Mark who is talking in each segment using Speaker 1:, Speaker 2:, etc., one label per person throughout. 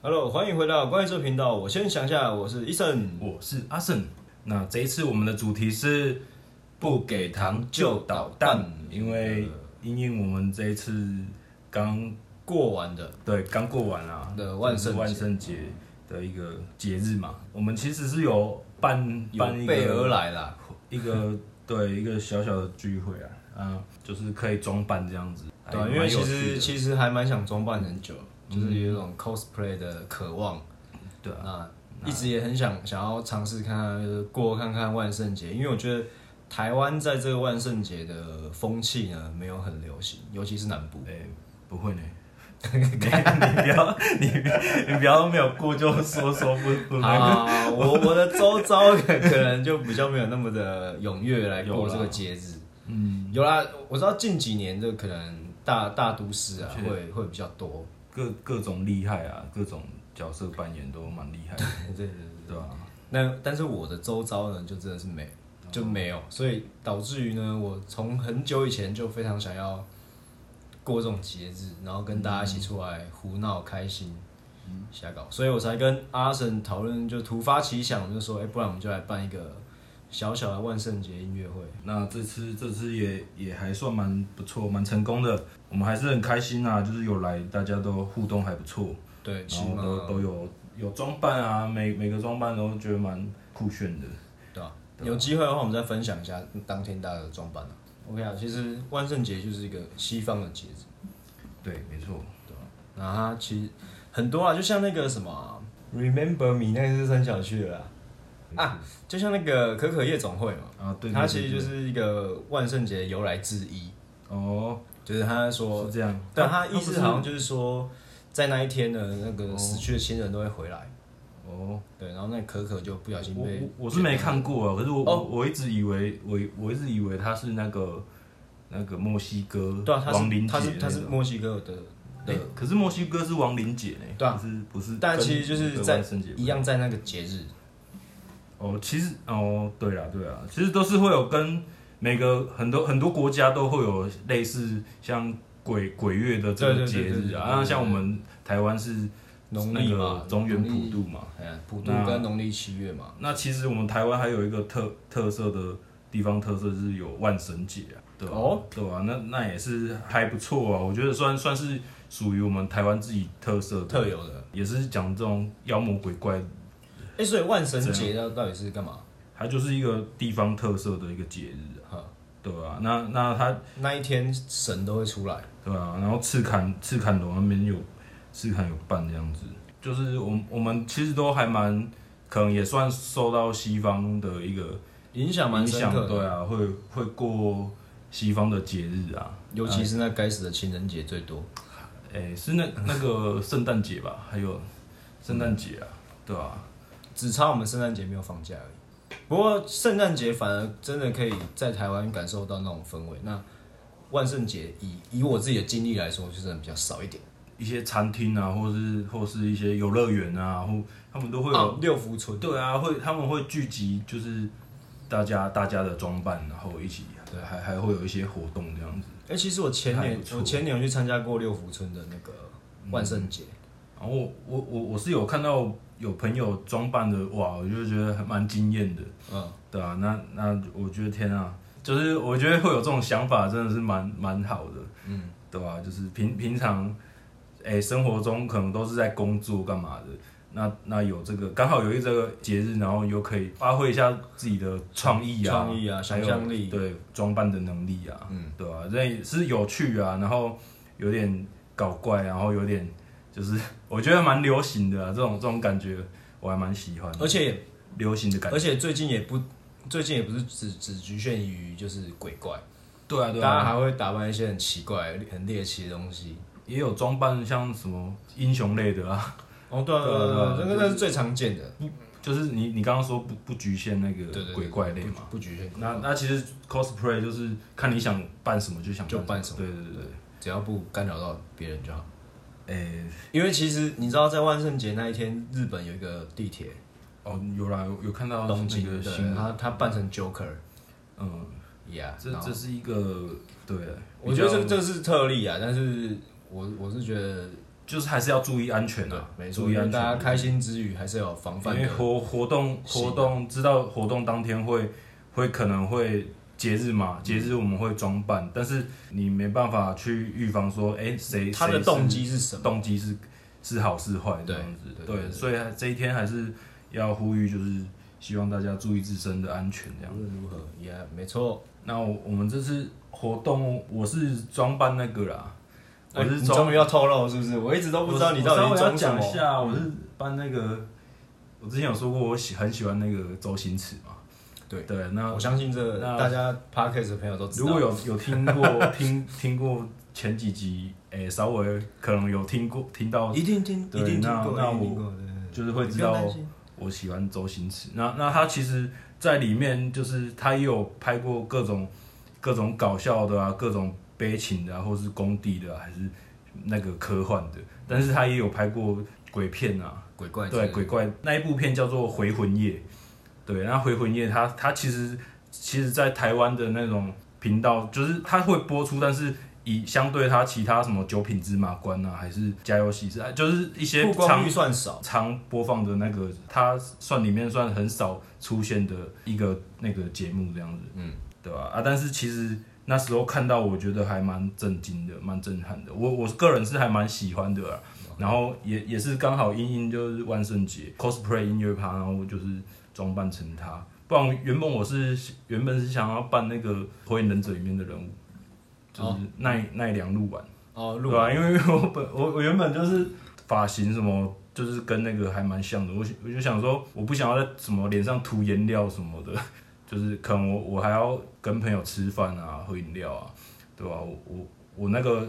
Speaker 1: Hello，欢迎回到关于这频道。我先想一下，我是医生。
Speaker 2: 我是阿胜。那这一次我们的主题是不给糖就捣蛋，因为因应我们这一次刚
Speaker 1: 过完的
Speaker 2: 对刚过完啊
Speaker 1: 的万圣节
Speaker 2: 万圣节的一个节日嘛，我们其实是有办
Speaker 1: 有
Speaker 2: 办一
Speaker 1: 备而
Speaker 2: 个
Speaker 1: 来啦，
Speaker 2: 一个对一个小小的聚会啊，啊，就是可以装扮这样子，
Speaker 1: 对啊、
Speaker 2: 还
Speaker 1: 因为
Speaker 2: 蛮有
Speaker 1: 其
Speaker 2: 趣
Speaker 1: 实
Speaker 2: 的
Speaker 1: 其实还蛮想装扮很久，就是有一种 cosplay 的渴望。
Speaker 2: 对啊，
Speaker 1: 嗯啊，一直也很想想要尝试看看，就是过看看万圣节，因为我觉得台湾在这个万圣节的风气呢没有很流行，尤其是南部。
Speaker 2: 哎、不会呢。 你你不要你你不要没有过就说说不不
Speaker 1: 好好，好 我我的周遭可可能就比较没有那么的踊跃来
Speaker 2: 有
Speaker 1: 过
Speaker 2: 啦
Speaker 1: 这个节日。
Speaker 2: 嗯，
Speaker 1: 有啦，我知道近几年的可能大大都市啊
Speaker 2: 确
Speaker 1: 会会比较多。
Speaker 2: 各各种厉害啊，各种角色扮演都蛮厉害的，
Speaker 1: 对对对。
Speaker 2: 对啊吧、
Speaker 1: 那但是我的周遭呢，就真的是没就没有，所以导致于呢，我从很久以前就非常想要过这种节日，然后跟大家一
Speaker 2: 嗯
Speaker 1: 起出来胡闹开心。瞎搞，所以我才跟阿神讨论，就突发奇想，我们就说，哎、不然我们就来办一个小小的万圣节音乐会。
Speaker 2: 那这次这次也也还算蛮不错，蛮成功的，我们还是很开心啊，就是有来，大家都互动还不错，
Speaker 1: 对，
Speaker 2: 然
Speaker 1: 起
Speaker 2: 后
Speaker 1: 码
Speaker 2: 都都有有装扮啊，每每个装扮都觉得蛮酷炫的。
Speaker 1: 对啊，有机会的话，我们再分享一下当天大家的装扮啊。OK 啊，其实万圣节就是一个西方的节日。
Speaker 2: 对，没错，
Speaker 1: 然后它其实很多啊，就像那个什么啊、Remember Me 那个是三小去了啦啊，就像那个可可夜总会嘛，
Speaker 2: 啊，对，
Speaker 1: 它
Speaker 2: 对
Speaker 1: 其实就
Speaker 2: 对
Speaker 1: 是一个万圣节由来之一，
Speaker 2: 哦，
Speaker 1: 就是他说
Speaker 2: 是，这样，
Speaker 1: 但他意
Speaker 2: 哦不
Speaker 1: 思
Speaker 2: 是
Speaker 1: 好像就是说，在那一天呢，那个死去的亲人都会回来，
Speaker 2: 哦，
Speaker 1: 对，然后那可可就不小心
Speaker 2: 我
Speaker 1: 被
Speaker 2: 我我是没看过啊，可是我、
Speaker 1: 哦
Speaker 2: 我我一直以为我我一直以为他是那个那个墨西哥
Speaker 1: 对啊，他
Speaker 2: 亡
Speaker 1: 是
Speaker 2: 灵节
Speaker 1: 他是他
Speaker 2: 那
Speaker 1: 是
Speaker 2: 种
Speaker 1: 墨西哥的的
Speaker 2: 对，可是墨西哥是亡灵节呢，
Speaker 1: 对啊
Speaker 2: 不是不是跟，
Speaker 1: 但其实就是
Speaker 2: 跟
Speaker 1: 在
Speaker 2: 万圣节不
Speaker 1: 一样在那个节日，
Speaker 2: 哦，其实哦，对啦对啦，其实都是会有跟每个很多很多国家都会有类似像鬼鬼月的这
Speaker 1: 对对
Speaker 2: 个
Speaker 1: 对
Speaker 2: 节
Speaker 1: 对对
Speaker 2: 日
Speaker 1: 对
Speaker 2: 啊，那像我们台湾是
Speaker 1: 农
Speaker 2: 那
Speaker 1: 历
Speaker 2: 个
Speaker 1: 嘛，
Speaker 2: 中原
Speaker 1: 农
Speaker 2: 普
Speaker 1: 历，
Speaker 2: 渡嘛，
Speaker 1: 哎呀，普渡
Speaker 2: 那
Speaker 1: 跟农历七月嘛，
Speaker 2: 那其实我们台湾还有一个特特色的地方特色就是有万神节啊，对吧、
Speaker 1: 哦
Speaker 2: 对吧、那那也是还不错啊，我觉得算算是属于我们台湾自己特色的，
Speaker 1: 特有的。
Speaker 2: 也是讲这种妖魔鬼怪
Speaker 1: 哎、所以万神节到到底是干嘛？
Speaker 2: 它就是一个地方特色的一个节日啊
Speaker 1: 哈，
Speaker 2: 对啊，那那它
Speaker 1: 那一天神都会出来，
Speaker 2: 对啊，然后赤坎赤坎楼那边有赤坎有办这样子，就是我们我们其实都还蛮可能也算受到西方的一个
Speaker 1: 影响蛮
Speaker 2: 影
Speaker 1: 深
Speaker 2: 响
Speaker 1: 刻，的。
Speaker 2: 对啊，会会过西方的节日啊，
Speaker 1: 尤其是那该死的情人节最多。
Speaker 2: 诶、是 那那个圣诞节吧，还有圣诞节啊，对啊，
Speaker 1: 只差我们圣诞节没有放假而已。不过圣诞节反而真的可以在台湾感受到那种氛围。那万圣节以以我自己的经历来说，就真的比较少一点。
Speaker 2: 一些餐厅啊，或是或是一些游乐园啊，或他们都会有
Speaker 1: 啊六福村，
Speaker 2: 对啊，会他们会聚集，就是大家大家的装扮，然后一起，对，还还会有一些活动这样子。
Speaker 1: 哎、其实我前
Speaker 2: 还
Speaker 1: 年
Speaker 2: 不错
Speaker 1: 我前年有去参加过六福村的那个
Speaker 2: 嗯
Speaker 1: 万圣节，
Speaker 2: 然后我我我我是有看到有朋友装扮的，哇，我就觉得还蛮惊艳的。
Speaker 1: 嗯，
Speaker 2: 对啊，那那我觉得天啊，就是我觉得会有这种想法，真的是蛮蛮好的。嗯，对啊，就是平平常，哎、生活中可能都是在工作干嘛的。那那有这个刚好有一这个节日，然后又可以发挥一下自己的创意啊，
Speaker 1: 创意啊
Speaker 2: 还
Speaker 1: 想
Speaker 2: 有
Speaker 1: 象力
Speaker 2: 对装扮的能力啊，嗯，对啊，这也是有趣啊，然后有点搞怪，然后有点就是 我觉得蛮流行的啊，这种这种感觉我还蛮喜欢的，
Speaker 1: 而且也
Speaker 2: 流行的感觉，
Speaker 1: 而且最近也不，最近也不是只只局限于就是鬼怪，
Speaker 2: 对啊对啊，
Speaker 1: 大家还会打扮一些很奇怪、很猎奇的东西。
Speaker 2: 也有装扮像什么英雄类的啊，
Speaker 1: 哦，对啊，对啊，对啊，那个那是最常见的，
Speaker 2: 就是你你刚刚说不不局限那
Speaker 1: 对对
Speaker 2: 个
Speaker 1: 对
Speaker 2: 鬼怪类嘛，
Speaker 1: 不局限，
Speaker 2: 那那其实 cosplay 就是看你想扮什么就想
Speaker 1: 就扮
Speaker 2: 什么，对对对对，
Speaker 1: 只要不干扰到别人就好。
Speaker 2: 诶、
Speaker 1: 因为其实你知道，在万圣节那一天，日本有一个地铁，
Speaker 2: 哦有啦有有看到
Speaker 1: 东
Speaker 2: 那
Speaker 1: 京
Speaker 2: 个
Speaker 1: 的
Speaker 2: 新，闻，
Speaker 1: 他他扮成 Joker，yeah，
Speaker 2: 嗯，这
Speaker 1: 然后
Speaker 2: 这是一个对，
Speaker 1: 我觉得这
Speaker 2: 比较
Speaker 1: 这是特例啊，但是我我是觉得
Speaker 2: 就是还是要注意安全
Speaker 1: 对
Speaker 2: 啊，，
Speaker 1: 没错，
Speaker 2: 注意
Speaker 1: 因为
Speaker 2: 安全。
Speaker 1: 大家开心之余还是要有防范
Speaker 2: 因为
Speaker 1: 的。
Speaker 2: 活活动
Speaker 1: 行啊
Speaker 2: 活动知道活动当天会会可能会节日
Speaker 1: 嗯
Speaker 2: 嘛，节日我们会装扮，但是你没办法去预防说，哎、谁
Speaker 1: 嗯他
Speaker 2: 谁
Speaker 1: 的
Speaker 2: 是
Speaker 1: 动机是什么？
Speaker 2: 动机是是好是坏这样子，
Speaker 1: 对对
Speaker 2: 对，
Speaker 1: 对
Speaker 2: 所以这一天还是要呼吁，就是希望大家注意自身的安全这样。
Speaker 1: 无论如何，也、没错。
Speaker 2: 那我我们这次活动，我是装扮那个啦，我
Speaker 1: 哎
Speaker 2: 是
Speaker 1: 你
Speaker 2: 装
Speaker 1: 终于要透露是不是？我一直都不知道你到
Speaker 2: 我
Speaker 1: 底
Speaker 2: 稍微要
Speaker 1: 装什
Speaker 2: 讲
Speaker 1: 么
Speaker 2: 一。下，我是搬那个，我之前有说过，我喜很喜欢那个周星驰嘛。
Speaker 1: 对
Speaker 2: 对，那
Speaker 1: 我相信这
Speaker 2: 那
Speaker 1: 大家 podcast 的朋友都知道。
Speaker 2: 如果有有听过 听听过前几集，诶、稍微可能有听过听到，
Speaker 1: 一定听，
Speaker 2: 对
Speaker 1: 一定听
Speaker 2: 那
Speaker 1: 过，
Speaker 2: 那
Speaker 1: 一定
Speaker 2: 我
Speaker 1: 听过，对对对
Speaker 2: 就是会知
Speaker 1: 你不
Speaker 2: 道
Speaker 1: 用担心
Speaker 2: 我喜欢周星驰。那那他其实在里面就是他也有拍过各种各种搞笑的啊，各种悲情的啊，或是工地的、啊，还是那个科幻的，但是他也有拍过鬼片啊。
Speaker 1: 鬼怪之类
Speaker 2: 对
Speaker 1: 的
Speaker 2: 鬼怪那一部片叫做《回魂夜》，对，那《回魂夜它》它其实其实在台湾的那种频道，就是它会播出，但是以相对它其他什么《九品芝麻官》啊，还是《家有喜事》啊，就是一些
Speaker 1: 曝光
Speaker 2: 常
Speaker 1: 预算少，
Speaker 2: 常播放的那个，它算里面算很少出现的一个那个节目这样子，
Speaker 1: 嗯，
Speaker 2: 对吧、啊？但是其实那时候看到，我觉得还蛮震惊的，蛮震撼的。我我个人是还蛮喜欢的、啊，
Speaker 1: 嗯
Speaker 2: 然后也也是刚好因因就是万圣节 cosplay 音乐趴，然后我就是装扮成他。不然原本我是原本是想要扮那个火影忍者里面的人物，就是
Speaker 1: 哦
Speaker 2: 奈奈良鹿丸。
Speaker 1: 哦，录
Speaker 2: 对啊，因为我本我我原本就是发型什么，就是跟那个还蛮像的。我想我就想说，我不想要在什么脸上涂颜料什么的， 就是可能我我还要跟朋友吃饭啊，喝饮料啊，对吧、我我我那个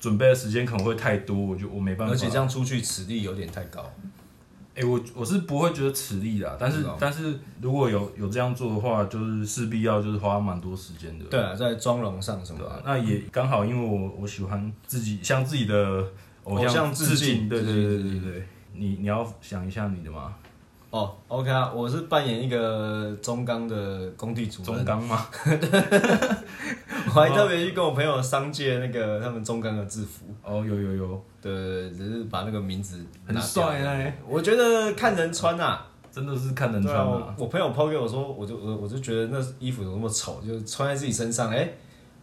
Speaker 2: 准备的时间可能会太多，我就我没办法。
Speaker 1: 而且这样出去实力有点太高，
Speaker 2: 哎、我我是不会觉得吃力啦，但是
Speaker 1: 知道
Speaker 2: 但是如果有有这样做的话，就是势必要就是花蛮多时间的。
Speaker 1: 对啊，在妆容上什么
Speaker 2: 对
Speaker 1: 的
Speaker 2: 啊，那也刚好，因为我我喜欢自己向自己的偶
Speaker 1: 偶像
Speaker 2: 像
Speaker 1: 致敬
Speaker 2: 敬，对
Speaker 1: 致
Speaker 2: 对
Speaker 1: 敬
Speaker 2: 对
Speaker 1: 致
Speaker 2: 对
Speaker 1: 敬
Speaker 2: 对，你你要想一下你的嘛，
Speaker 1: 哦，OK 啊，我是扮演一个中钢的工地主
Speaker 2: 中
Speaker 1: 任，
Speaker 2: 钢嘛，
Speaker 1: 我还特别去跟我朋友商借那个他们中钢的制服，
Speaker 2: 哦有有有，
Speaker 1: 对对，对只是把那个名字拿
Speaker 2: 很
Speaker 1: 掉
Speaker 2: 帅啊嘞，
Speaker 1: 我觉得看人穿啊，
Speaker 2: 真的是看人
Speaker 1: 对
Speaker 2: 穿
Speaker 1: 啊，
Speaker 2: 啊
Speaker 1: 我，我朋友抛给我说，我就我我就觉得那衣服怎么那么丑，就是穿在自己身上，哎、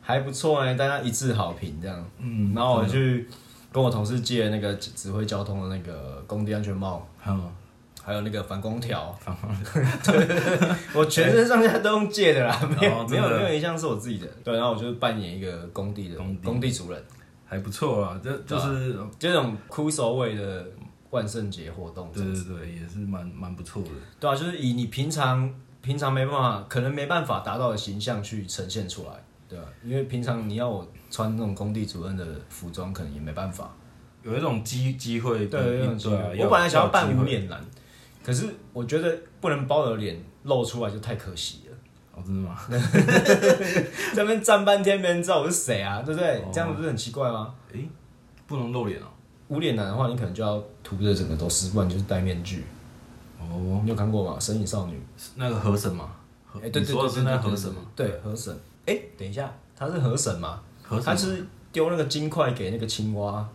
Speaker 1: 还不错哎、大家一致好评这样。
Speaker 2: 嗯，
Speaker 1: 然后我
Speaker 2: 真的
Speaker 1: 去跟我同事借那个指指挥交通的那个工地安全帽，
Speaker 2: 嗯，
Speaker 1: 还有那个反光 条，对， 我全身上下都用借的啦，没有、
Speaker 2: 哦
Speaker 1: 没有
Speaker 2: 真的
Speaker 1: 没有一项是我自己的。对，然后我就是扮演一个工地的
Speaker 2: 工地
Speaker 1: 工地主任，
Speaker 2: 还不错啊，这就是
Speaker 1: 就那种枯手尾的万圣节活动这
Speaker 2: 对
Speaker 1: 样
Speaker 2: 对对，也是蛮蛮不错的，
Speaker 1: 对啊，就是以你平常平常没办法，可能没办法达到的形象去呈现出来，对啊，因为平常你要我穿那种工地主任的服装，可能也没办法。
Speaker 2: 有一种机机会，
Speaker 1: 对，有
Speaker 2: 一
Speaker 1: 种机
Speaker 2: 对
Speaker 1: 会
Speaker 2: 啊，
Speaker 1: 我本来想要
Speaker 2: 有
Speaker 1: 扮
Speaker 2: 机
Speaker 1: 无
Speaker 2: 会，
Speaker 1: 脸男，可是我觉得不能包着脸露出来就太可惜了。
Speaker 2: 哦真的吗？
Speaker 1: 在那边站半天，没人知道我是谁啊，对不对？
Speaker 2: 哦
Speaker 1: 这样不是很奇怪吗？
Speaker 2: 诶，不能露脸哦，
Speaker 1: 无脸男的话，你可能就要涂着整个都是，不然就是戴面具。
Speaker 2: 哦，
Speaker 1: 你有看过吗？《神隐少女》
Speaker 2: 是那个河神嘛，河
Speaker 1: 哎、对对
Speaker 2: 你
Speaker 1: 对
Speaker 2: 说
Speaker 1: 对
Speaker 2: 的是
Speaker 1: 对，
Speaker 2: 那个
Speaker 1: 对
Speaker 2: 河神嘛，？
Speaker 1: 对，河神。哎、等一下，他是河神吗？
Speaker 2: 河神
Speaker 1: 他
Speaker 2: 吗
Speaker 1: 是丢那个金块给那个青蛙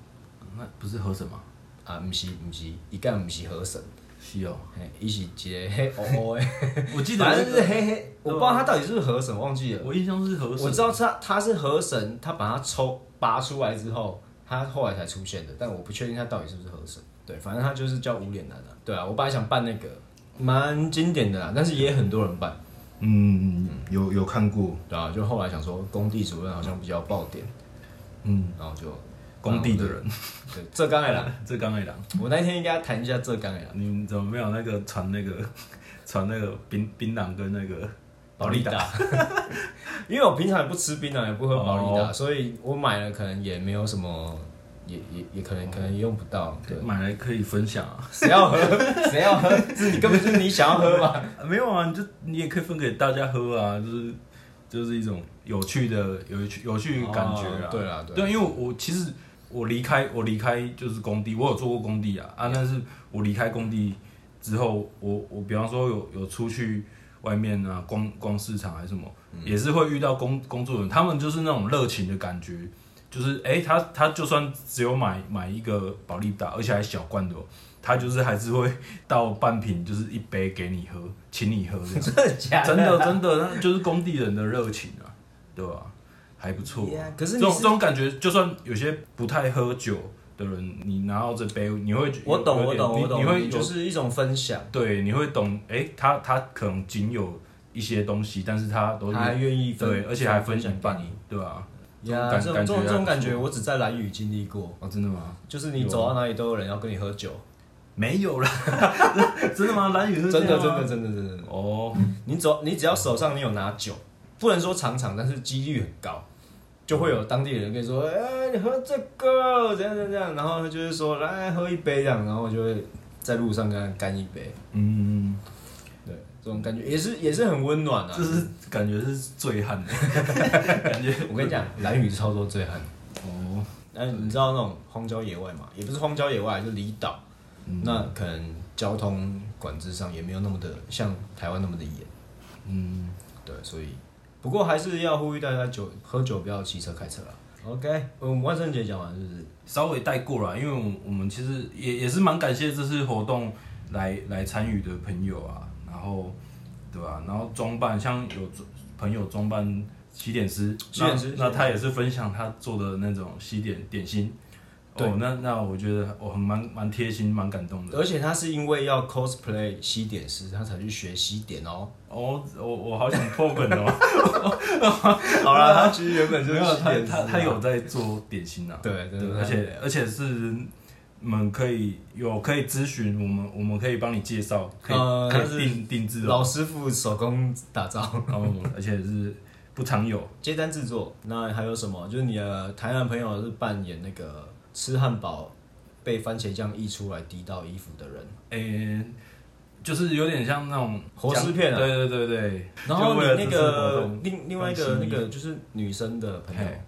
Speaker 2: 那不是河神吗？
Speaker 1: 啊，不是不是，一概不是河神，
Speaker 2: 是 哦。
Speaker 1: 嘿，伊是一个黑黑黑的，
Speaker 2: 我记得
Speaker 1: 反
Speaker 2: 那
Speaker 1: 正就是
Speaker 2: 个，
Speaker 1: 黑黑，我不知道他到底是不是河神，忘记了。
Speaker 2: 我印象是河神，
Speaker 1: 我知道他他是河神，他把它抽拔出来之后，他后来才出现的，但我不确定他到底是不是河神。对，反正他就是叫无脸男啊。对啊，我本来想扮那个蛮经典的啦，但是也很多人扮。
Speaker 2: 嗯，有有看过，
Speaker 1: 对啊，就后来想说工地主任好像比较爆点，
Speaker 2: 嗯，
Speaker 1: 然后就
Speaker 2: 工地的人，
Speaker 1: 对浙江的啦。
Speaker 2: 这刚爱郎，
Speaker 1: 我那天应该谈一下浙江的啦。
Speaker 2: 你们怎么没有那个传那个传那个槟槟榔跟那个
Speaker 1: 保利达， 因为我平常也不吃槟榔，也不喝保利
Speaker 2: 哦
Speaker 1: 达，所以我买了可能也没有什么，也也也可能可能用不
Speaker 2: 哦
Speaker 1: 到。对，
Speaker 2: 买来可以分享啊？
Speaker 1: 谁要喝？谁要喝？是你根本就是你想要喝嘛？
Speaker 2: 啊没有啊，你就你也可以分给大家喝啊，就是就是一种有趣的有趣 有趣的感觉
Speaker 1: 哦
Speaker 2: 啊。
Speaker 1: 对啦对 啦
Speaker 2: 对，因为我我其实我离开我离开就是工地，我有做过工地啊啊，但是我离开工地之后，我我比方说有有出去外面啊
Speaker 1: 嗯
Speaker 2: 逛逛市场还是什么，也是会遇到工工作人员，他们就是那种热情的感觉，就是哎、诶他他就算只有买买一个保利达，而且还小罐的、哦，他就是还是会倒半瓶，就是一杯给你喝，请你喝这样。
Speaker 1: 真的啊假
Speaker 2: 真的真的，那就是工地人的热情啊，对吧、还不错、啊
Speaker 1: Yeah，可是
Speaker 2: 这
Speaker 1: 你
Speaker 2: 种
Speaker 1: 是
Speaker 2: 这种感觉，就算有些不太喝酒的人，你拿到这杯，你会
Speaker 1: 我懂，
Speaker 2: 有
Speaker 1: 我
Speaker 2: 点
Speaker 1: 懂，我
Speaker 2: 你
Speaker 1: 懂，
Speaker 2: 你会有
Speaker 1: 就是一种分享，
Speaker 2: 对，你会懂，哎、他他可能仅有一些东西，但是他都
Speaker 1: 他还愿意分，
Speaker 2: 对，而且还分
Speaker 1: 享
Speaker 2: 一
Speaker 1: 给
Speaker 2: 半
Speaker 1: 你。，
Speaker 2: 对啊吧、
Speaker 1: 呀，
Speaker 2: 感
Speaker 1: 这种
Speaker 2: 感
Speaker 1: 这
Speaker 2: 觉
Speaker 1: 种这种
Speaker 2: 还
Speaker 1: 感
Speaker 2: 不错
Speaker 1: 觉，我只在蓝雨经历过，
Speaker 2: 哦，真的吗？
Speaker 1: 就是你
Speaker 2: 有啊
Speaker 1: 走到哪里都有人要跟你喝酒，
Speaker 2: 没有啊啦， 真的吗？蓝宇是
Speaker 1: 真
Speaker 2: 这
Speaker 1: 的，真
Speaker 2: 样吗
Speaker 1: 的，真的，真的，
Speaker 2: 哦，
Speaker 1: 你走，你只要手上你有拿酒，不能说常常，但是几率很高，就会有当地人跟你说，哎、你喝这个，怎样怎样怎样，然后就是说来喝一杯这样，然后我就会在路上跟他干一杯，
Speaker 2: 嗯，
Speaker 1: 对，这种感觉也是也是很温暖啊。
Speaker 2: 这是感觉是醉汉的 感觉。
Speaker 1: 我跟你讲，蓝雨超多醉汉。
Speaker 2: 哦，
Speaker 1: 那你知道那种荒郊野外嘛？也不是荒郊野外，就离岛，
Speaker 2: 嗯
Speaker 1: 那可能交通管制上也没有那么的像台湾那么的严，
Speaker 2: 嗯，
Speaker 1: 对，所以不过还是要呼吁大家酒喝酒不要骑车开车啦。OK，我们万圣节讲完是不是？
Speaker 2: 稍微带过啦，因为我我们其实也也是蛮感谢这次活动来来参与的朋友啊，然后对吧、然后装扮像有朋友装扮西点师，
Speaker 1: 西点师
Speaker 2: 那那他也是分享他做的那种西点点心，
Speaker 1: 对
Speaker 2: 哦，那那我觉得我很蛮蛮贴心，蛮感动的。
Speaker 1: 而且他是因为要 cosplay 西点师，他才去学西点 哦。
Speaker 2: 哦，我我好想破梗 哦，
Speaker 1: 好啦，他其实原本
Speaker 2: 没有他他他有在做点心啊，
Speaker 1: 啊对对
Speaker 2: 对，
Speaker 1: 对，
Speaker 2: 而且而且是我们可以有可以咨询我们，我们可以帮你介绍，可以、
Speaker 1: 呃
Speaker 2: 可
Speaker 1: 但是
Speaker 2: 以定定制哦，
Speaker 1: 老师傅手工打造。
Speaker 2: 然后而且是不常有，
Speaker 1: 接单制作，那还有什么？就是你的台南朋友是扮演那个吃汉堡被番茄酱溢出来滴到衣服的人，
Speaker 2: 诶、就是有点像那种
Speaker 1: 活尸片啊
Speaker 2: 对对对对，
Speaker 1: 然后
Speaker 2: 就
Speaker 1: 你
Speaker 2: 为了
Speaker 1: 那
Speaker 2: 这次活
Speaker 1: 个
Speaker 2: 动
Speaker 1: 另另外一个
Speaker 2: 放
Speaker 1: 那
Speaker 2: 新衣
Speaker 1: 个就是女生的朋友
Speaker 2: 嘿，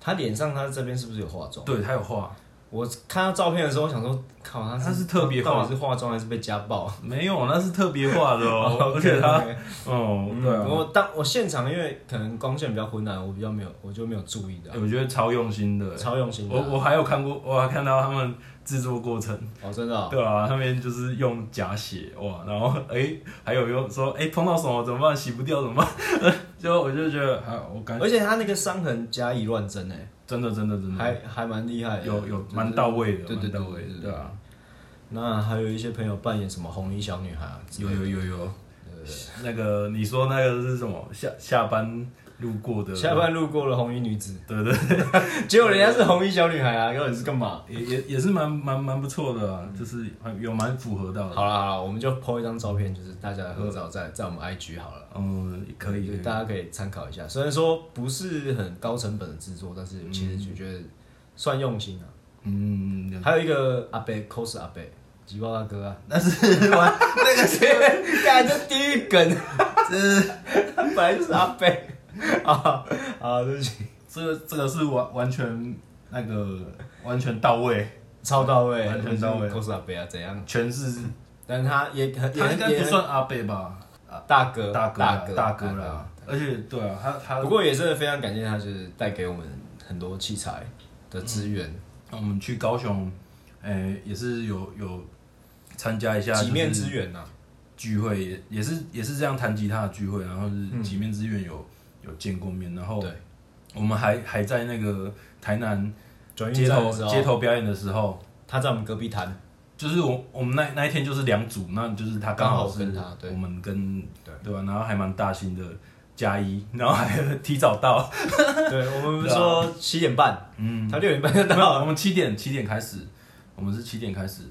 Speaker 1: 她脸上她这边是不是有化妆？
Speaker 2: 对他有画
Speaker 1: 我看到照片的时候，我想说，靠，她
Speaker 2: 她是特别化
Speaker 1: 到底是化妆还是被家暴？
Speaker 2: 没有？那是特别画 的哦，而
Speaker 1: OK，
Speaker 2: 且他
Speaker 1: OK
Speaker 2: 哦，对啊
Speaker 1: 嗯。我当我现场因为可能光线比较昏暗，我比较没有，我就没有注意
Speaker 2: 诶
Speaker 1: 的，
Speaker 2: 我觉得超用心的，
Speaker 1: 超用心的
Speaker 2: 我
Speaker 1: 啊。
Speaker 2: 我还有看过，我还看到他们制作过程，
Speaker 1: 哦，真的哦，
Speaker 2: 对啊，他们就是用假血哇，然后哎、还有用说哎、碰到什么怎么办，洗不掉怎么办？ 就我就觉得还我感觉
Speaker 1: 而且她那个伤痕加以乱真哎。
Speaker 2: 真的真的真的
Speaker 1: 还还蛮厉害的，
Speaker 2: 有有
Speaker 1: 就是
Speaker 2: 蛮到位的，
Speaker 1: 对对
Speaker 2: 蛮
Speaker 1: 对
Speaker 2: 到位的，对啊，
Speaker 1: 那还有一些朋友扮演什么红衣小女孩啊，
Speaker 2: 有有有有，那个你说那个是什么？下下班路过的，
Speaker 1: 下班路过了红衣女子，
Speaker 2: 对对，
Speaker 1: 结果人家是红衣小女孩啊，到底是干嘛？
Speaker 2: 也也也是蛮蛮蛮不错的、啊，就是有蛮符合到的，
Speaker 1: 好啦好啦，我们就 po 一张照片，就是大家合照在在我们 IG 好了，
Speaker 2: 嗯，可以可
Speaker 1: 对
Speaker 2: 以，
Speaker 1: 大家可以参考一下。虽然说不是很高成本的制作，但是其实就觉得算用心啊。
Speaker 2: 嗯，了解
Speaker 1: 还有一个阿贝 cos 阿贝，吉包大 哥啊，
Speaker 2: 但是玩那个谁。
Speaker 1: 干这地狱 梗，这 本来就是阿 贝啊啊，对不起。
Speaker 2: 这个这个是完完全那个完全到位，
Speaker 1: 超到位，
Speaker 2: 完全到位
Speaker 1: 就是 cos 阿贝啊，怎样？
Speaker 2: 全是
Speaker 1: 但他也很，
Speaker 2: 他应该
Speaker 1: 也
Speaker 2: 不算阿贝吧，
Speaker 1: 大哥，
Speaker 2: 大哥
Speaker 1: 大
Speaker 2: 啦
Speaker 1: 哥，
Speaker 2: 大哥啦。。而且对啊，他他
Speaker 1: 不过也真的非常感谢他，就是带给我们很多器材的资源，
Speaker 2: 我们去高雄，诶也是有有参加一下
Speaker 1: 几面啊
Speaker 2: 就是
Speaker 1: 之缘呐。
Speaker 2: 聚会，也也是也是这样弹吉他的聚会，然后是几面之缘有有见过面，然后
Speaker 1: 嗯对，
Speaker 2: 我们还还在那个台南
Speaker 1: 转运
Speaker 2: 街
Speaker 1: 站的
Speaker 2: 头
Speaker 1: 时
Speaker 2: 街
Speaker 1: 候，
Speaker 2: 头表演的时候。
Speaker 1: 他在我们隔壁摊，
Speaker 2: 就是我我们那那一天就是两组，那就是他刚好是
Speaker 1: 刚好跟他对
Speaker 2: 我们跟
Speaker 1: 对
Speaker 2: 对吧、然后还蛮大型的加一，然后还有 提早到，
Speaker 1: 对我们
Speaker 2: 对啊
Speaker 1: 说七点半，
Speaker 2: 嗯，
Speaker 1: 他六点半就
Speaker 2: 没有，
Speaker 1: 到
Speaker 2: 我
Speaker 1: 了。
Speaker 2: 们七点七点开始，我们是七点开始，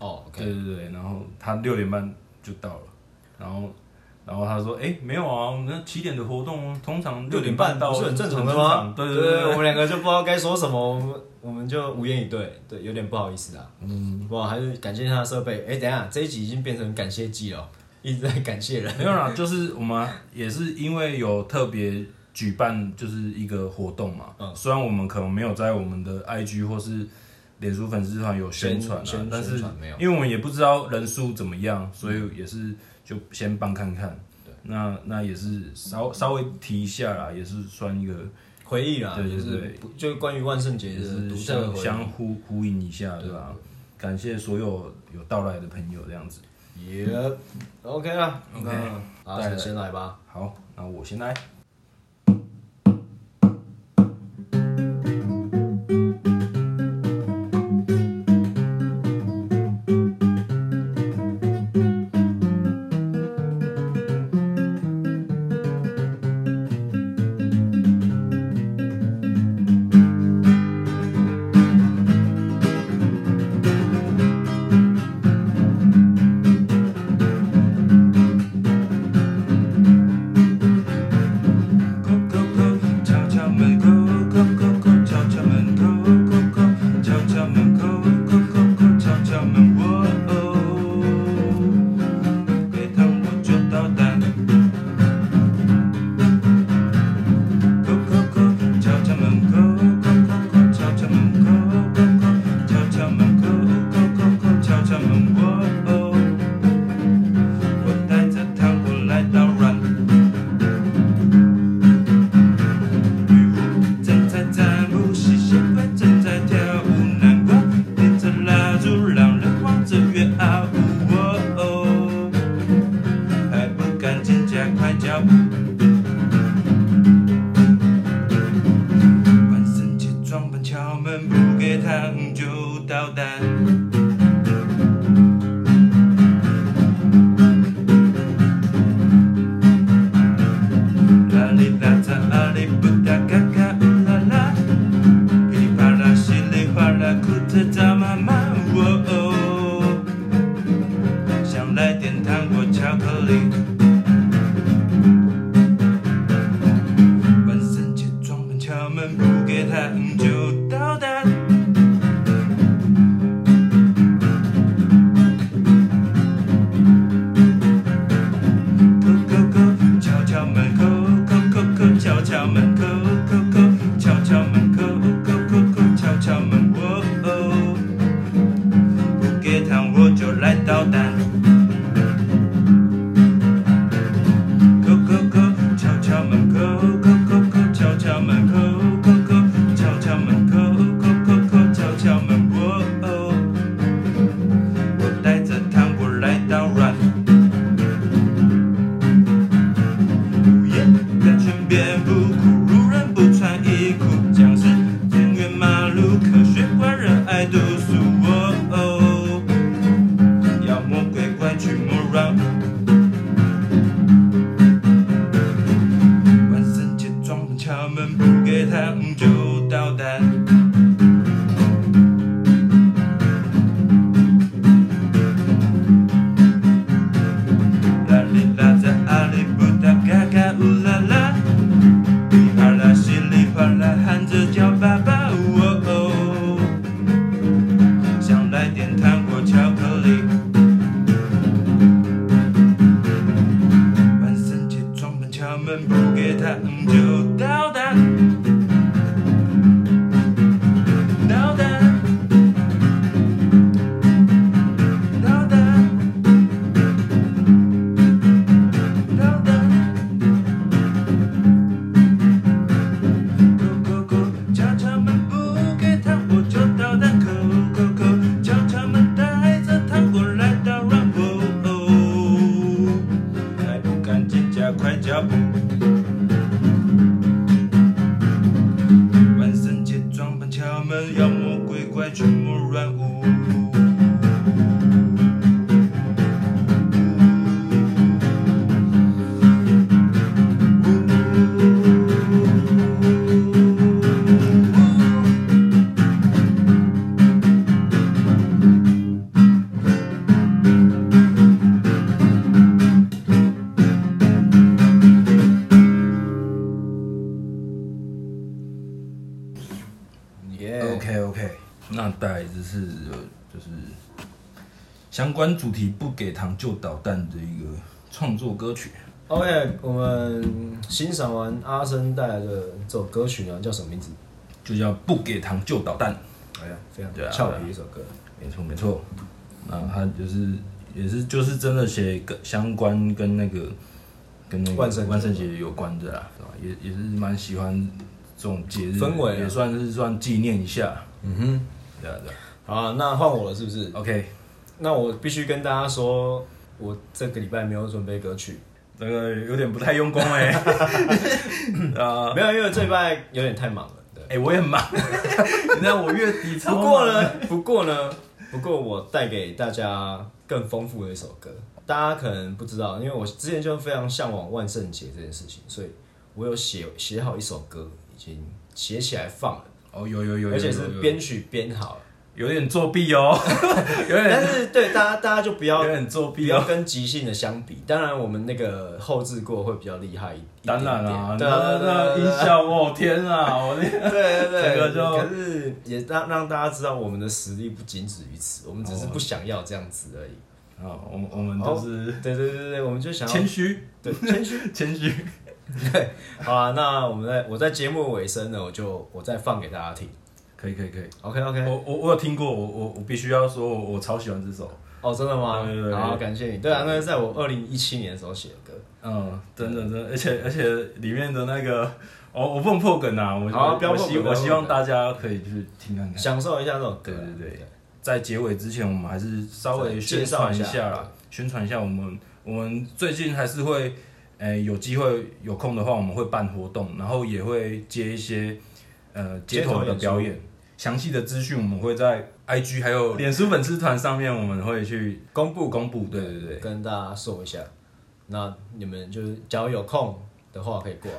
Speaker 1: 哦，OK，
Speaker 2: 对对对，然后他六点半就到了，然后然后他说，哎、没有啊，我们那七点的活动通常
Speaker 1: 六点
Speaker 2: 点
Speaker 1: 半
Speaker 2: 到
Speaker 1: 不是很正常的
Speaker 2: 常
Speaker 1: 吗？
Speaker 2: 对
Speaker 1: 对
Speaker 2: 对对
Speaker 1: 我们两个就不知道该说什么，我们我们就无言以对，对，有点不好意思啊。嗯，哇，还是感谢他的设备。哎、等一下这一集已经变成感谢季了，一直在感谢人。
Speaker 2: 没有啦，就是我们也是因为有特别举办就是一个活动嘛，
Speaker 1: 嗯
Speaker 2: 虽然我们可能没有在我们的 IG 或是脸书粉丝团有宣传
Speaker 1: 宣
Speaker 2: 啊
Speaker 1: 宣，
Speaker 2: 但是
Speaker 1: 宣传没有
Speaker 2: 因为我们也不知道人数怎么样，所以也是就先办看看。那那也是稍稍微提一下啦，也是算一个
Speaker 1: 回忆啦，
Speaker 3: 对对
Speaker 1: 就是
Speaker 3: 对
Speaker 1: 不就关于万圣节
Speaker 3: 也
Speaker 1: 的
Speaker 3: 是
Speaker 1: 独特的
Speaker 3: 相
Speaker 1: 回
Speaker 3: 相呼呼应一下，对吧？感谢所有有到来的朋友，这样子。
Speaker 1: 忆。也 OK 啦
Speaker 3: OK，
Speaker 1: 那阿
Speaker 3: 再
Speaker 1: 成
Speaker 3: 来
Speaker 1: 先来吧。
Speaker 3: 好，那我先来。叩叩叩，敲敲门叩叩叩叩，敲敲门叩叩叩，敲敲门叩叩叩叩，敲敲门哦哦，别看我就捣蛋。叩叩叩，敲敲门叩叩叩叩，敲敲门叩叩叩，敲敲门叩叩叩叩，敲敲门哦哦，我带着糖果来捣乱。雨雾正在展露，吸血鬼正在跳舞，南瓜点着蜡烛，让人望着月啊呜哦哦，还不赶紧加快哦脚步。哦万圣节装扮敲门，不给糖就捣蛋。啦哩啦嚓啦哩不达嘎嘎呜啦啦，噼里啪啦稀里哗啦哭着找妈妈哦哦，想来点糖果巧克力。万圣节装扮敲门不给糖就捣蛋。叩叩叩，敲敲门，叩叩叩叩，敲敲门，叩叩叩，敲敲门，叩叩叩叩，敲敲门，哦哦，不给糖我就来捣蛋。叩叩叩，敲敲门，叩叩叩叩，敲敲门，叩叩叩，敲敲门，叩叩叩叩，敲敲门，哦哦，我带着糖果来捣乱。但全变不酷，路人不穿衣裤，僵尸穿越马路，科学怪人爱读书。哦哦，妖魔鬼怪去魔让。万圣节装扮敲门，不给糖就捣蛋。啦哩啦喳啊哩不达嘎嘎呜啦啦，噼里啪啦稀里哗啦喊着叫爸爸呜哦哦，想来点糖果巧克力。万圣节装扮敲门不给糖就捣蛋，捣蛋，捣蛋。哒哒。叩叩叩，敲敲门不给糖我就捣蛋。叩叩叩，敲敲门带着糖果来捣乱。哦，还不赶紧加快脚步。万圣节装扮敲门，妖魔鬼怪群魔乱舞。
Speaker 1: 耶
Speaker 3: OK OK，那带来就是呃就是相关主题不给糖就捣蛋的一个创作歌曲。
Speaker 1: OK，我们欣赏完阿生带来的这首歌曲呢，叫什么名字？
Speaker 3: 就叫不给糖就捣蛋。
Speaker 1: 哎呀，非
Speaker 3: 对啊
Speaker 1: 常俏皮的一首歌。
Speaker 3: 没错没错，那
Speaker 2: 啊
Speaker 3: 他就是也是就是真的写跟相关跟那个跟那个
Speaker 1: 万圣节
Speaker 3: 万圣节有关的啦，对吧？也也是蛮喜欢
Speaker 2: 这种节日
Speaker 1: 氛围啊
Speaker 2: 也算是算纪念一下。
Speaker 4: 嗯哼，
Speaker 2: 对啊对啊
Speaker 1: 好啊，那换我了是不是？
Speaker 2: ，OK，
Speaker 1: 那我必须跟大家说，我这个礼拜没有准备歌曲，
Speaker 2: 这个有点不太用功哎、 啊，
Speaker 1: 没有，因为这礼拜有点太忙了。对，
Speaker 2: 哎、我也很忙，你知道我月底 超
Speaker 1: 不
Speaker 2: 忙
Speaker 1: 过呢，不过呢，不过我带给大家更丰富的一首歌，大家可能不知道，因为我之前就非常向往万圣节这件事情，所以我有写写好一首歌，已经写起来放了，
Speaker 2: 哦，有有有有有
Speaker 1: 而且是
Speaker 2: 有
Speaker 1: 编曲编好了。
Speaker 2: 有点作弊哦， 有点
Speaker 1: 但是对大家，大家就不要
Speaker 2: 有点作
Speaker 1: 不
Speaker 2: 弊
Speaker 1: 要
Speaker 2: 哦。
Speaker 1: 跟即兴的相比。当然，我们那个后置过会比较厉害一一点
Speaker 2: 当
Speaker 1: 点。
Speaker 2: 然啦，
Speaker 1: 对
Speaker 2: 那
Speaker 1: 对
Speaker 2: 那
Speaker 1: 对
Speaker 2: 音效，我天啊，我
Speaker 1: 对
Speaker 2: 那
Speaker 1: 对对，
Speaker 2: 整个就
Speaker 1: 可是也让让大家知道我们的实力不仅止于此，我们只是不想要这样子而已。
Speaker 2: 啊，我们我们都是
Speaker 1: 对对对对，我们就想要
Speaker 2: 谦虚
Speaker 1: 对谦 虚。
Speaker 2: 谦虚。
Speaker 1: 好啊，那我们在我在节目尾声呢，我就我再放给大家听。
Speaker 2: 可以可以可以，
Speaker 1: OK OK，
Speaker 2: 我我我有听过，我我我必须要说，我我超喜欢这首，
Speaker 1: 哦，真的吗
Speaker 2: 对对？对
Speaker 1: 好，感谢你。对啊，那是在我二零一七年的时候写的歌。
Speaker 2: 嗯，真的真的，而且而且里面的那个，我我不能破梗啊，我
Speaker 1: 好
Speaker 2: 我
Speaker 1: 不要
Speaker 2: 我
Speaker 1: 破
Speaker 2: 希
Speaker 1: 梗
Speaker 2: 我希望
Speaker 1: 不要
Speaker 2: 大家可以就是听看看。
Speaker 1: 享受一下这首歌啊，
Speaker 2: 对对对在结尾之前，我们还是稍微宣传
Speaker 1: 介绍一下
Speaker 2: 啦，宣传一下我们我们最近还是会，诶、有机会有空的话，我们会办活动，然后也会接一些呃街头的表
Speaker 1: 街头演
Speaker 2: 演。详细的资讯我们会在 IG 还有脸书粉丝团上面，我们会去
Speaker 1: 公布
Speaker 2: 不公布。对对对，
Speaker 1: 跟大家说一下。那你们就是，假如有空的话，可以过来，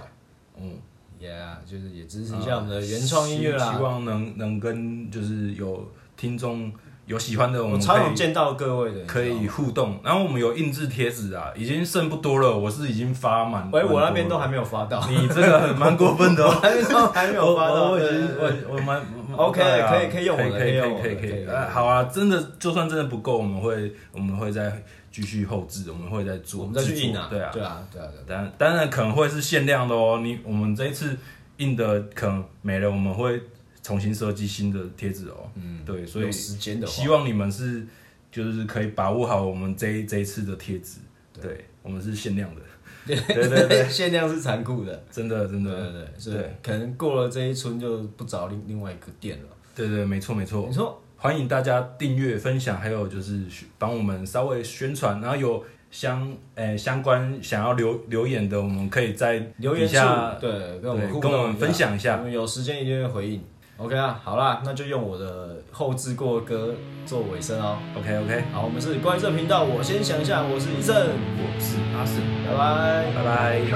Speaker 2: 嗯，
Speaker 1: 也、就是也支持一下我们的原创音乐
Speaker 2: 啊希希
Speaker 1: 啦。
Speaker 2: 望能能跟就是有听众有喜欢的，我
Speaker 1: 我
Speaker 2: 们
Speaker 1: 超
Speaker 2: 可以
Speaker 1: 想见到各位的，
Speaker 2: 可
Speaker 1: 你知道
Speaker 2: 以
Speaker 1: 吗。
Speaker 2: 互动。然后我们有印制贴纸啊，已经剩不多了，我是已经发满。
Speaker 1: 喂，
Speaker 2: 蛮多
Speaker 1: 我
Speaker 2: 了
Speaker 1: 那边都还没有发到，
Speaker 2: 你这个很蛮过分的哦。
Speaker 1: 还没有 还没
Speaker 2: 我
Speaker 1: 有发到。
Speaker 2: 我我已
Speaker 1: 对
Speaker 2: 经
Speaker 1: 对对
Speaker 2: 我我蛮
Speaker 1: OK，
Speaker 2: 对啊
Speaker 1: 可以可以用我的
Speaker 2: 可以
Speaker 1: 可
Speaker 2: 可
Speaker 1: 以
Speaker 2: 以
Speaker 1: 用我的
Speaker 2: 可以可
Speaker 1: 可以
Speaker 2: 以
Speaker 1: 用我的
Speaker 2: 哎好啊！真的，就算真的不够，我们会我们会再继续后置，我们会再做，
Speaker 1: 我们再去
Speaker 2: 制作
Speaker 1: 印啊，
Speaker 2: 对啊，
Speaker 1: 对啊，对啊，对啊
Speaker 2: 当当然可能会是限量的哦。你我们这一次印的可能没了，我们会重新设计新的贴纸哦。嗯，对，所以
Speaker 1: 有时间的话
Speaker 2: 希望你们是就是可以把握好我们这一这一次的贴纸。对，我们是限量的，对对对，
Speaker 1: 限量是残酷的。
Speaker 2: 真的真
Speaker 1: 对
Speaker 2: 的，
Speaker 1: 对对，所以
Speaker 2: 对
Speaker 1: 可能过了这一村就不找另另外一个店了。
Speaker 2: 对对，没错没错
Speaker 1: 你。说
Speaker 2: 欢迎大家订阅、分享，还有就是帮我们稍微宣传，然后有相诶、相关想要留留言的，我们可以在
Speaker 1: 留言处
Speaker 2: 底下
Speaker 1: 对，跟我们
Speaker 2: 对
Speaker 1: 互
Speaker 2: 跟
Speaker 1: 动
Speaker 2: 我们分享一下
Speaker 1: 我。们有时间一定会回应。OK 啊，好啦，那就用我的后置过的歌做尾声哦。
Speaker 2: OK OK，
Speaker 1: 好，我们是关于这频道，我先想一下，我是一正，
Speaker 2: 我是阿四，
Speaker 1: 拜拜。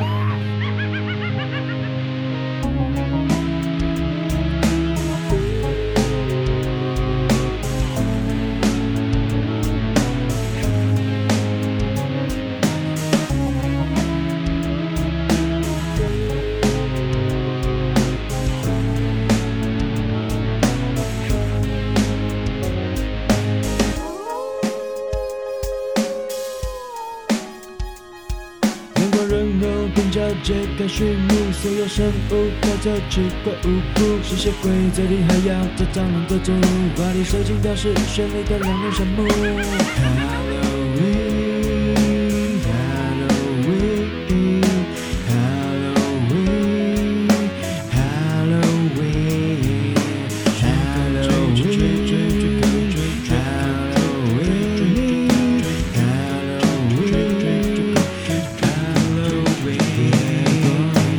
Speaker 2: 拜拜。
Speaker 5: 阳光人偶更加揭开序幕，所有生物带着奇怪舞步，吸血鬼嘴里还咬着蟑螂的毒，华丽手巾表示绚丽的两面神木。Halloween, Halloween, Halloween, Halloween, Halloween, Halloween, Halloween。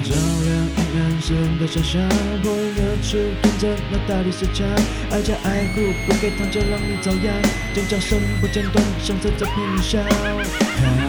Speaker 5: 照亮一男生的想象，火热处跟着那大力士枪，爱家爱护，不给糖就让你遭殃，尖叫声不间断，响彻这片乡。